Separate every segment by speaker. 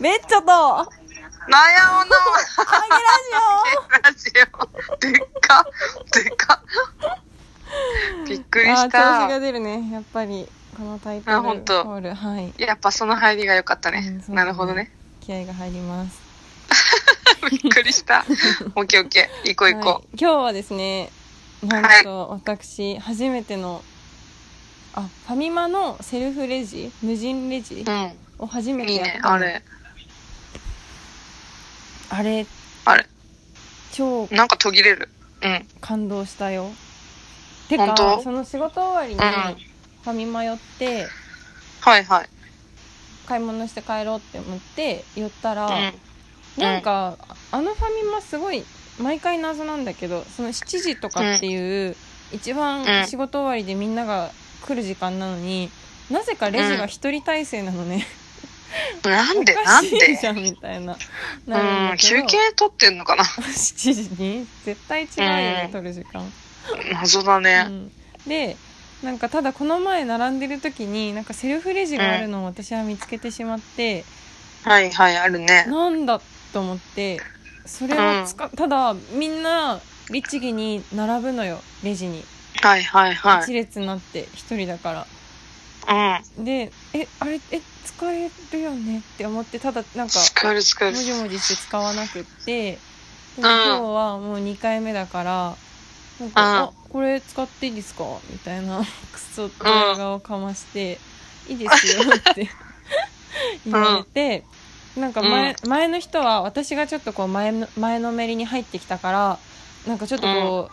Speaker 1: ベッチョと、あ
Speaker 2: なやおの
Speaker 1: げラ
Speaker 2: ラジオ。でっか、でっか。びっく
Speaker 1: ジオ
Speaker 2: り
Speaker 1: あー調
Speaker 2: し
Speaker 1: 子が
Speaker 2: た。
Speaker 1: 出るね。やっぱり、このタイトル
Speaker 2: あ
Speaker 1: ホ
Speaker 2: ほんと
Speaker 1: ール、はい。
Speaker 2: やっぱその入りが良かった
Speaker 1: うん
Speaker 2: ね
Speaker 1: そう。だね
Speaker 2: なるほどね。
Speaker 1: 気合が入ります。
Speaker 2: びっく りした。オッケーオッケー。行こう行
Speaker 1: は
Speaker 2: こ
Speaker 1: い今日はですね、なんと私、初めての、あ、ファミマのセルフレジ、無人レジ
Speaker 2: う。
Speaker 1: を初
Speaker 2: う
Speaker 1: め
Speaker 2: ん。
Speaker 1: て
Speaker 2: いい
Speaker 1: やっ
Speaker 2: ね。
Speaker 1: たの
Speaker 2: あ。れ、
Speaker 1: あれ、
Speaker 2: あれ。
Speaker 1: 超
Speaker 2: なんか途切れる。うん。
Speaker 1: 感動したよ。て
Speaker 2: ほん
Speaker 1: か、
Speaker 2: と
Speaker 1: その仕事終わりに
Speaker 2: うん
Speaker 1: ファミマ寄って、
Speaker 2: はいはい。
Speaker 1: 買い物して帰ろうって思って寄ったら、
Speaker 2: う
Speaker 1: なんか、あのファミマすごい毎回謎なんだけどその7時とかっていう、一番仕事終わりでみんなが来る時間なのになぜかレジが一人体制なのね、
Speaker 2: ん。なんで
Speaker 1: お
Speaker 2: な
Speaker 1: か
Speaker 2: ん
Speaker 1: しい
Speaker 2: で
Speaker 1: じゃんみたいな
Speaker 2: う
Speaker 1: なる
Speaker 2: ん。
Speaker 1: だけど
Speaker 2: 休憩取ってんのかな
Speaker 1: 7時に絶対違うよね
Speaker 2: うん
Speaker 1: 取る時間、
Speaker 2: 謎だ
Speaker 1: う
Speaker 2: ね。
Speaker 1: んでなんかただこの前並んでる時になんかセルフレジがあるのを私は見つけてしまって、
Speaker 2: はいはい、あるね。
Speaker 1: なんだと思ってそれはつか、ただみんな律儀に並ぶのよレジに、
Speaker 2: はいはいは
Speaker 1: 一
Speaker 2: い。
Speaker 1: 列になって一人だから
Speaker 2: うん。
Speaker 1: でえあれえ使えるよねって思ってただなんか
Speaker 2: 使える使え
Speaker 1: も
Speaker 2: る。
Speaker 1: じもじして使わなくってでも
Speaker 2: うん
Speaker 1: 今日はもう2回目だからなんか
Speaker 2: うん
Speaker 1: 「あこれ使っていいですか?」みたいなクソドヤ顔かまして「いいですよ」って 言われて、なんか前,、前の人は私がちょっとこう前の前のめりに入ってきたからなんかちょっとこ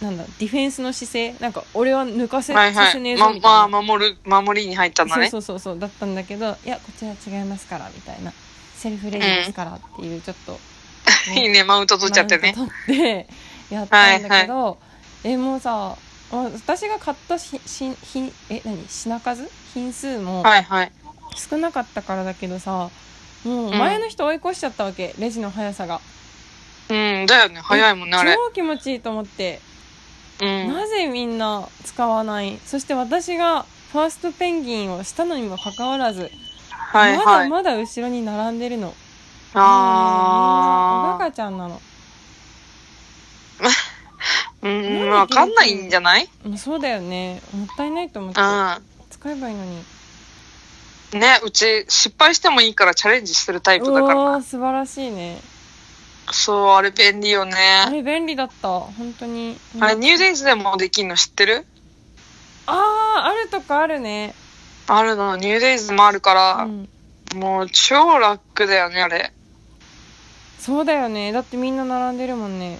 Speaker 1: う、なんだディフェンスの姿勢なんか俺は抜かせ、
Speaker 2: はい
Speaker 1: さ
Speaker 2: は
Speaker 1: せ
Speaker 2: い
Speaker 1: ねえ。ぞ
Speaker 2: ま
Speaker 1: みたいな。
Speaker 2: まあ、守る、守りに入ったんだね。
Speaker 1: そうそうそうそうだったんだけどいやこちら違いますからみたいなセルフレジですからっていうちょっと、
Speaker 2: い いね、マウント取っちゃってね。
Speaker 1: マウント取ってやったんだけど、えもうさあ私が買ったししひえ何品数品数も
Speaker 2: はいはい。
Speaker 1: 少なかったからだけどさもう前の人追い越しちゃったわけ、レジの速さが
Speaker 2: うん、だよね。早いもんね、あれ。
Speaker 1: 超気持ちいいと思って
Speaker 2: うん。
Speaker 1: なぜみんな使わないそして私がファーストペンギンをしたのにもかかわらず
Speaker 2: はいはい。
Speaker 1: まだまだ後ろに並んでるの。うんみんなおバ
Speaker 2: あ
Speaker 1: カちゃんなの。
Speaker 2: ー。うん、わかんないんじゃない
Speaker 1: うんそうだよね。もったいないと思って。
Speaker 2: う
Speaker 1: 使えばいいのに。
Speaker 2: ん。ね、うち、失敗してもいいからチャレンジするタイプ
Speaker 1: う
Speaker 2: だ
Speaker 1: わ
Speaker 2: から
Speaker 1: ー、。素晴らしいね。
Speaker 2: そう、あれ便利よ
Speaker 1: あ
Speaker 2: ね。
Speaker 1: れ便利だった。本当に。
Speaker 2: あれ、
Speaker 1: うん
Speaker 2: ニューデイズでもできんの知ってる
Speaker 1: あー、あるとかあるね。
Speaker 2: あるの、ニューデイズもあるか
Speaker 1: う
Speaker 2: ら、
Speaker 1: ん
Speaker 2: もう超楽だよね、あれ。
Speaker 1: そうだよね。だってみんな並んでるもんね。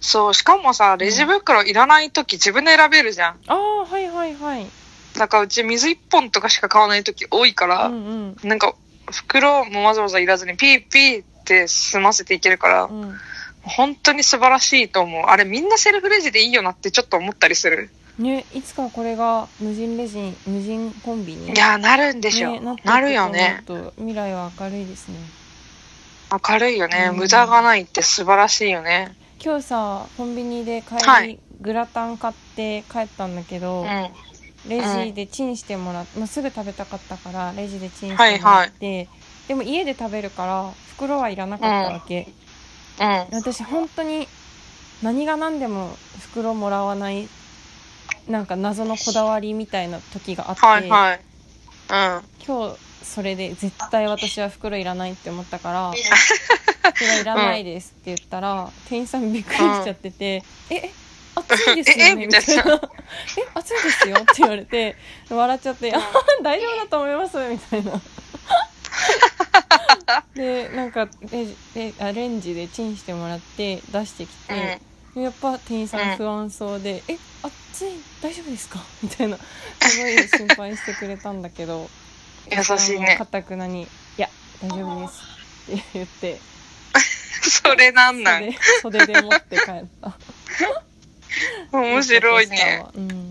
Speaker 2: そう、しかもさ、レジ袋いらないとき自分で選べるじゃん。
Speaker 1: あー、はいはいはい。
Speaker 2: だからうち水1本とかしか買わないとき多いから、
Speaker 1: うんうん。
Speaker 2: なんか、袋もわざわざいらずにピーピーって済ませていけるから、
Speaker 1: うん、
Speaker 2: 本当に素晴らしいと思う。あれみんなセルフレジでいいよなってちょっと思ったりする。
Speaker 1: ね、いつかこれが無人レジに、無人コンビに。
Speaker 2: いやー、なるんでしょ。
Speaker 1: ね
Speaker 2: な
Speaker 1: っていくと
Speaker 2: るよね。
Speaker 1: 思うと未来は明るいですね。
Speaker 2: 明るいよね、
Speaker 1: うん
Speaker 2: 無駄がないって素晴らしいよね。
Speaker 1: 今日さコンビニで帰り、
Speaker 2: はい
Speaker 1: グラタン買って帰ったんだけど、
Speaker 2: うん。は
Speaker 1: レジでチンしてもらって、まあ、すぐ食べたかったからレジでチンしてもらって、でも家で食べるから袋はいらなかったわけ、私本当に何が何でも袋もらわないなんか謎のこだわりみたいな時があって、
Speaker 2: いはい。うん。
Speaker 1: 今日それで絶対私は袋いらないって思ったから「袋いらないです」って言ったら、店員さんびっくりしちゃってて「ええ暑いですよね」
Speaker 2: ええ
Speaker 1: みたい
Speaker 2: みたい
Speaker 1: な「 え暑いですよ」って言われて笑っちゃって「あ大丈夫だと思います」みたい な。でなんかレジレあレンジでチンしてもらって出してき
Speaker 2: うん。
Speaker 1: て、でやっぱ店員さん不安そうで「え暑い大丈夫ですか?」みたいなすごい心配してくれたんだけど。
Speaker 2: 優しい
Speaker 1: あの
Speaker 2: ね。
Speaker 1: かたくなに「いや大丈夫です」って言って
Speaker 2: それなんなん
Speaker 1: 袖袖で持って帰った
Speaker 2: 面白いね。、
Speaker 1: うん、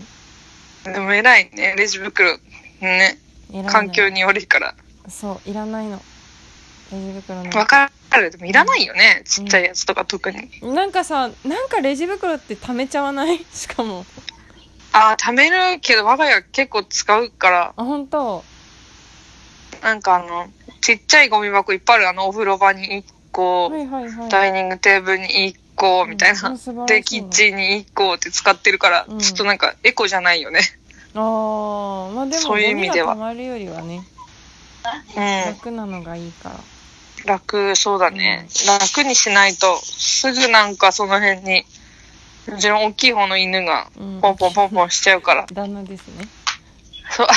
Speaker 2: でも偉いね。レジ袋。ね。
Speaker 1: いらない
Speaker 2: 環境に悪いから。
Speaker 1: そういらないのレジ袋の
Speaker 2: わかる。でもいらないよね。ちっちゃいやつとか特に。
Speaker 1: なんかさなんかレジ袋って溜めちゃわない しかも
Speaker 2: ああ、貯めるけど、我が家結構使うから、
Speaker 1: あ本当
Speaker 2: なんかあの、ちっちゃいゴミ箱いっぱいある。あの、お風呂場に1個
Speaker 1: は、いはいはい。
Speaker 2: ダイニングテーブルに1個、みた
Speaker 1: う
Speaker 2: い
Speaker 1: ん
Speaker 2: な。
Speaker 1: 素晴らしい
Speaker 2: で、
Speaker 1: な
Speaker 2: キッチンに1個って使ってるから、
Speaker 1: うん
Speaker 2: ちょっとなんか、エコじゃないよね。
Speaker 1: ああ、まあでも、
Speaker 2: そういう意味で
Speaker 1: ゴ
Speaker 2: は
Speaker 1: ミが溜まるよりはね、
Speaker 2: う
Speaker 1: 楽なのがいいから。
Speaker 2: ん。楽、そうだね。楽にしないと、すぐなんかその辺に、うちの大きい方の犬が、
Speaker 1: うん。
Speaker 2: ポンポンポンポンしちゃ うから。
Speaker 1: 旦那ですね。
Speaker 2: そう、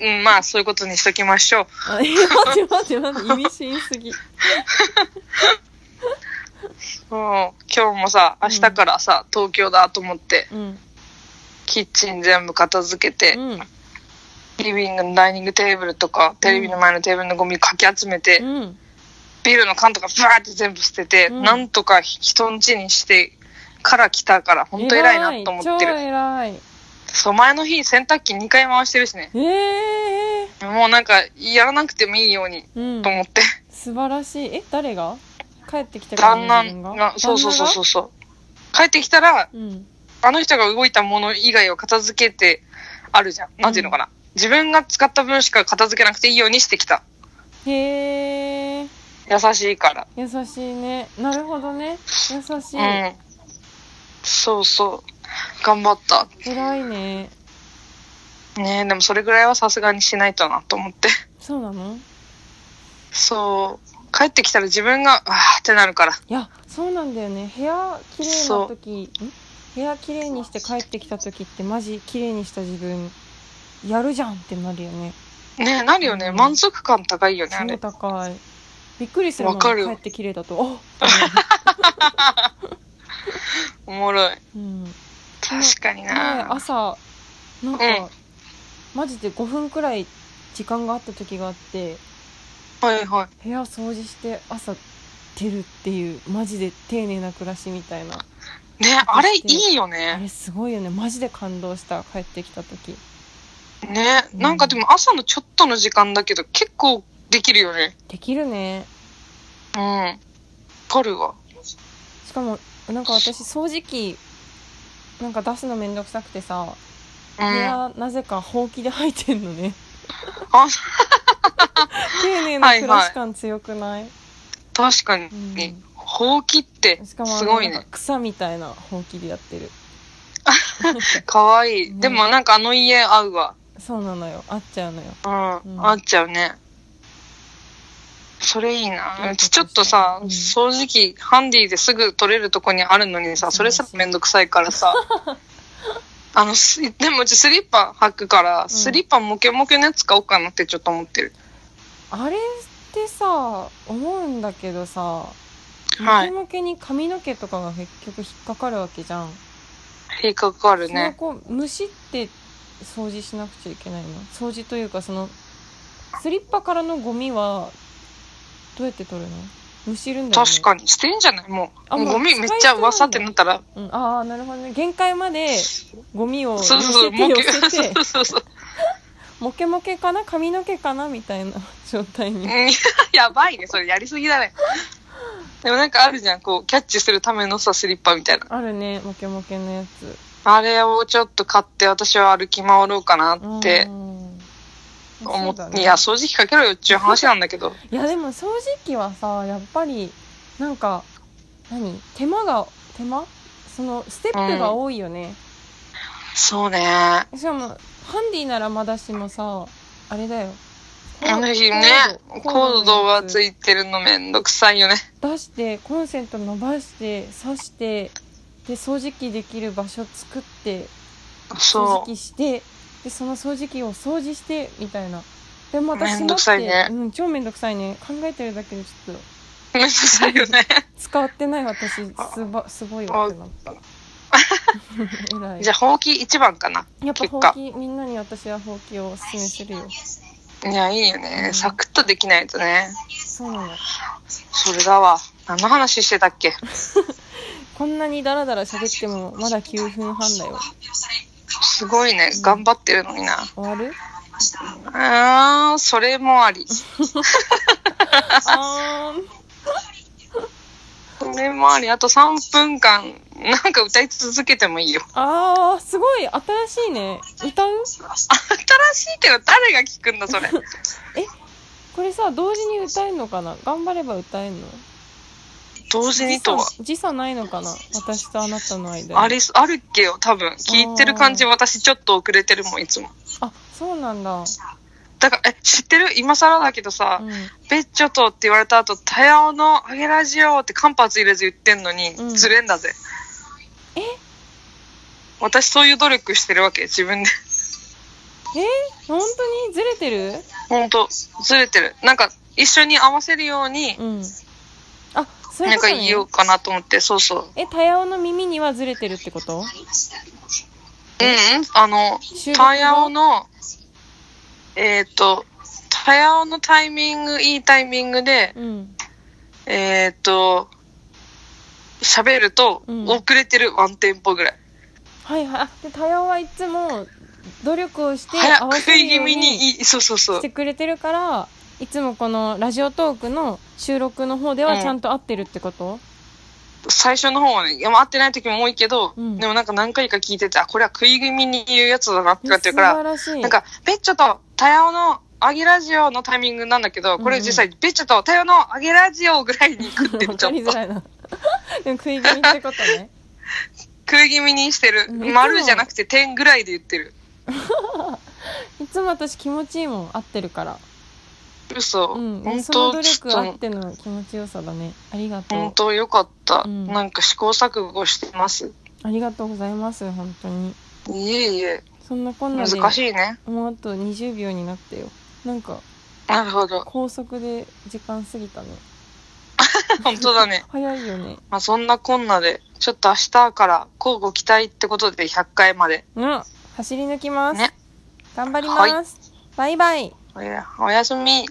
Speaker 2: うん、まあ、そういうことにしときましょう。
Speaker 1: あ、え、待って待って待って、意味深すぎ。
Speaker 2: うん、今日もさ、明日からさ、東京だと思って、
Speaker 1: うん。
Speaker 2: キッチン全部片付けて、
Speaker 1: うん。
Speaker 2: リビングのダイニングテーブルとか、テレビの前のテーブルのゴミかき集めて、
Speaker 1: うん。
Speaker 2: ビールの缶とかバーって全部捨てて、
Speaker 1: うん
Speaker 2: なんとか人ん家にしてから来たから、ほんと偉いなと思って
Speaker 1: 偉
Speaker 2: る。
Speaker 1: い超偉い。
Speaker 2: そう、前の日洗濯機2回回してるしね。
Speaker 1: ええ
Speaker 2: もうなんか、やらなくてもいいように、
Speaker 1: うん
Speaker 2: と。思って。
Speaker 1: 素晴らしい。え、誰が帰ってきたから
Speaker 2: 旦那が、そうそうそうそうそう。帰ってきたら、
Speaker 1: う。うん。
Speaker 2: あの人が動いたもの以外を片付けてあるじゃん。なんていうのかな。自分が使った分しか片付けなくていいようにしてきた。
Speaker 1: へえ。
Speaker 2: 優しいか
Speaker 1: 優しいね。なるほどね。優しい。
Speaker 2: ら。うん。そうそう。頑張った。
Speaker 1: 偉いね。
Speaker 2: ねえ、でもそれぐらいはさすがにしないとなと思って。
Speaker 1: そうなの
Speaker 2: そう。帰ってきたら自分が、あーってなるから。
Speaker 1: いや、そうなんだよね。部屋綺麗な時、ん部屋綺麗にして帰ってきた時ってマジ綺麗にした自分、やるじゃんってなるよね。
Speaker 2: ねえ、なるよね。満足感高いよね、あ
Speaker 1: 超
Speaker 2: れ。
Speaker 1: 高い。びっくりするもん
Speaker 2: わかる
Speaker 1: 帰って綺麗だ と。
Speaker 2: おもろい。
Speaker 1: あうん。ね
Speaker 2: 確かにな。
Speaker 1: 朝、なんか、
Speaker 2: うん
Speaker 1: マジで5分くらい時間があった時があって、
Speaker 2: はいはい。
Speaker 1: 部屋掃除して朝出るっていう、マジで丁寧な暮らしみたいな。
Speaker 2: ねえ、あれいいよ
Speaker 1: あ
Speaker 2: ね。
Speaker 1: れすごいよね。マジで感動した。帰ってきた時。
Speaker 2: ねえ、なんかでも朝のちょっとの時間だけど結構できるよね。
Speaker 1: できるね。
Speaker 2: うん。取るわ。
Speaker 1: しかもなんか私掃除機なんか出すのめんどくさくてさ
Speaker 2: うん。
Speaker 1: 部
Speaker 2: あ、
Speaker 1: 屋なぜかほうきで入ってんの ね
Speaker 2: 確
Speaker 1: 丁寧な暮らし感強くない、
Speaker 2: かに。
Speaker 1: うん
Speaker 2: ほうきって、
Speaker 1: しかもあ
Speaker 2: す
Speaker 1: の
Speaker 2: ご
Speaker 1: ないんか
Speaker 2: ね。
Speaker 1: 草みたいなほうきでやってる
Speaker 2: かわいい。
Speaker 1: ね
Speaker 2: でもなんかあの家合うわ。
Speaker 1: そうなのよ合っちゃうのよ
Speaker 2: うん。
Speaker 1: うん
Speaker 2: 合っちゃうね。それいいな。
Speaker 1: うん
Speaker 2: うちちょっとさ、
Speaker 1: うん
Speaker 2: 掃除機、ハンディですぐ取れるとこにあるのにさ、それさ
Speaker 1: そう、そう
Speaker 2: めんどくさいか らさ。あの、すでもうちスリッパ履くから、スリッパもけもけのやつ買おうかなってちょっと思ってる。
Speaker 1: あれってさ思うんだけどさ
Speaker 2: は
Speaker 1: 向け
Speaker 2: い。
Speaker 1: 向けに髪の毛とかが結局引っかかるわけじゃん、
Speaker 2: 引っかかる
Speaker 1: その
Speaker 2: ね。
Speaker 1: こう虫って掃除しなくちゃいけないの掃除というかそのスリッパからのゴミはどうやって取るの虫いるんだよね
Speaker 2: 確かに。捨てんじゃないも
Speaker 1: あ
Speaker 2: う。
Speaker 1: もう
Speaker 2: ゴミめっちゃ噂ってなったら、
Speaker 1: に、うん、ああなるほどね限界までゴミを寄
Speaker 2: そうそうそ
Speaker 1: せ
Speaker 2: う、
Speaker 1: て
Speaker 2: も
Speaker 1: 寄
Speaker 2: け、そ
Speaker 1: せて
Speaker 2: うそうそう。
Speaker 1: モケモケかな髪の毛かなみたいな 状態
Speaker 2: う
Speaker 1: に
Speaker 2: ん やばいね、それやりすぎだね。でもなんかあるじゃん、こう、キャッチするためのさ、スリッパみたいな。
Speaker 1: あるねモケモケのやつ
Speaker 2: あれをちょっと買って、私は歩き回ろうかなって
Speaker 1: うん
Speaker 2: 思
Speaker 1: そう
Speaker 2: って、
Speaker 1: だね
Speaker 2: いや、掃除機かけろよっていう話なんだけど。
Speaker 1: いやでも掃除機はさやっぱりなんか何手間が手間そのステップが多いよね、
Speaker 2: そうね。
Speaker 1: しかもハンディならまだしもさあれだよ
Speaker 2: あの日ね、コードがついてるのめんどくさいよね。
Speaker 1: 出してコンセント伸ばして挿してで掃除機できる場所作って掃除
Speaker 2: そう。
Speaker 1: 機してでその掃除機を掃除してみたいなでまた
Speaker 2: め
Speaker 1: 閉ま
Speaker 2: んど
Speaker 1: っ
Speaker 2: く
Speaker 1: て
Speaker 2: さいね
Speaker 1: うん、超めんどくさいね考えてるだけでちょっと
Speaker 2: めんどくさいよね。
Speaker 1: 使ってない私すばすごいわってなった 偉い
Speaker 2: じゃあ、ほうき一番かな。
Speaker 1: やっぱほうきみんなに私はほうきをおすすめするよ
Speaker 2: いや、いいよね。サクッとできないとね。
Speaker 1: そうなの
Speaker 2: それだわ。何の話してたっけ
Speaker 1: こんなにダラダラ喋ってもまだ9分半だよ
Speaker 2: すごいね。頑張ってるのにな。
Speaker 1: 終わる
Speaker 2: あー、それもあり。
Speaker 1: あーん
Speaker 2: それもあり。あと3分間、なんか歌い続けてもいいよ。
Speaker 1: あーすごい新しいね歌う
Speaker 2: 新しいけど誰が聞くんだ、それ。
Speaker 1: えこれさ同時に歌えんのかな頑張れば歌えんの
Speaker 2: 同時にとは。
Speaker 1: 時差時差ないのかな私とあなたの間に
Speaker 2: あれ、あるっけよ、多分。聞いてる感じ、
Speaker 1: あ
Speaker 2: 私ちょっと遅れてるもん、いつも。
Speaker 1: あそうなんだ、
Speaker 2: だから、え、知ってる今更だけどさ、
Speaker 1: うん、
Speaker 2: ベッチョとって言われた後、タヤオの揚げラジオって間髪入れず言ってんのに
Speaker 1: う、ん
Speaker 2: ずれんだぜ。
Speaker 1: え
Speaker 2: 私そういう努力してるわけ、自分で。
Speaker 1: えー、本当にずれてる
Speaker 2: ほんと、ずれてる。なんか、一緒に合わせるように、
Speaker 1: うんあそういうん
Speaker 2: な
Speaker 1: こ
Speaker 2: か
Speaker 1: と、ね、
Speaker 2: 言おうかなと思って、そうそう。
Speaker 1: えタヤオの耳にはずれてるってこと
Speaker 2: うんうん、あの、
Speaker 1: 収録が
Speaker 2: タヤオの、えっ、と、タヤオのタイミング、いいタイミングで、
Speaker 1: うん
Speaker 2: えっ、と、喋ると、
Speaker 1: うん
Speaker 2: 遅れてるワンテンポぐらい。
Speaker 1: はいはいあでタヤオはいつも努力をして合
Speaker 2: 早
Speaker 1: わ
Speaker 2: く
Speaker 1: せ
Speaker 2: 食い
Speaker 1: る
Speaker 2: 気
Speaker 1: よう
Speaker 2: 味
Speaker 1: に
Speaker 2: にいい、そうそうそう
Speaker 1: して。くれてるからいつもこのラジオトークの収録の方では
Speaker 2: うん
Speaker 1: ちゃんと合ってるってこと、
Speaker 2: 最初の方はね、いやまあ合ってない時も多いけど、
Speaker 1: うん
Speaker 2: でもなんか何回か聞いてて、あ、これは食い気味に言うやつだなってなって
Speaker 1: 素
Speaker 2: るから
Speaker 1: 晴、らしい
Speaker 2: な んか、ベッチョとタヤオのアゲラジオのタイミングなんだけど、これ実際、ベッチョとタヤオのアゲラジオぐらいに食ってる、
Speaker 1: 分
Speaker 2: ちょ
Speaker 1: か
Speaker 2: っ
Speaker 1: り
Speaker 2: と
Speaker 1: づ。らいな でも食い気味ってこと ね
Speaker 2: 食い気味にしてる。
Speaker 1: うん
Speaker 2: 丸じゃなくて点ぐらいで言ってる。
Speaker 1: いつも私気持ちいいもん合ってるから
Speaker 2: 嘘。
Speaker 1: うん
Speaker 2: 本
Speaker 1: その
Speaker 2: 当
Speaker 1: 努
Speaker 2: ち
Speaker 1: 力あ
Speaker 2: ょっ
Speaker 1: っ
Speaker 2: と、
Speaker 1: ての気持ちよさだねありがとう
Speaker 2: 本当よかった。
Speaker 1: うん
Speaker 2: なんか試行錯誤してます。
Speaker 1: ありがとうございます本当に
Speaker 2: いえいえ、
Speaker 1: そんなこんな
Speaker 2: 難
Speaker 1: で
Speaker 2: しいね。
Speaker 1: もうあと20秒になってよなんか
Speaker 2: なるほど。
Speaker 1: 高速で時間過ぎたね
Speaker 2: 本当だね。
Speaker 1: 早いよね
Speaker 2: まあそんなこんなで、ちょっと明日から交互期待ってことで100回まで。
Speaker 1: うん走り抜きます、
Speaker 2: ね
Speaker 1: 頑張ります、バイバイ
Speaker 2: おやおやすみ。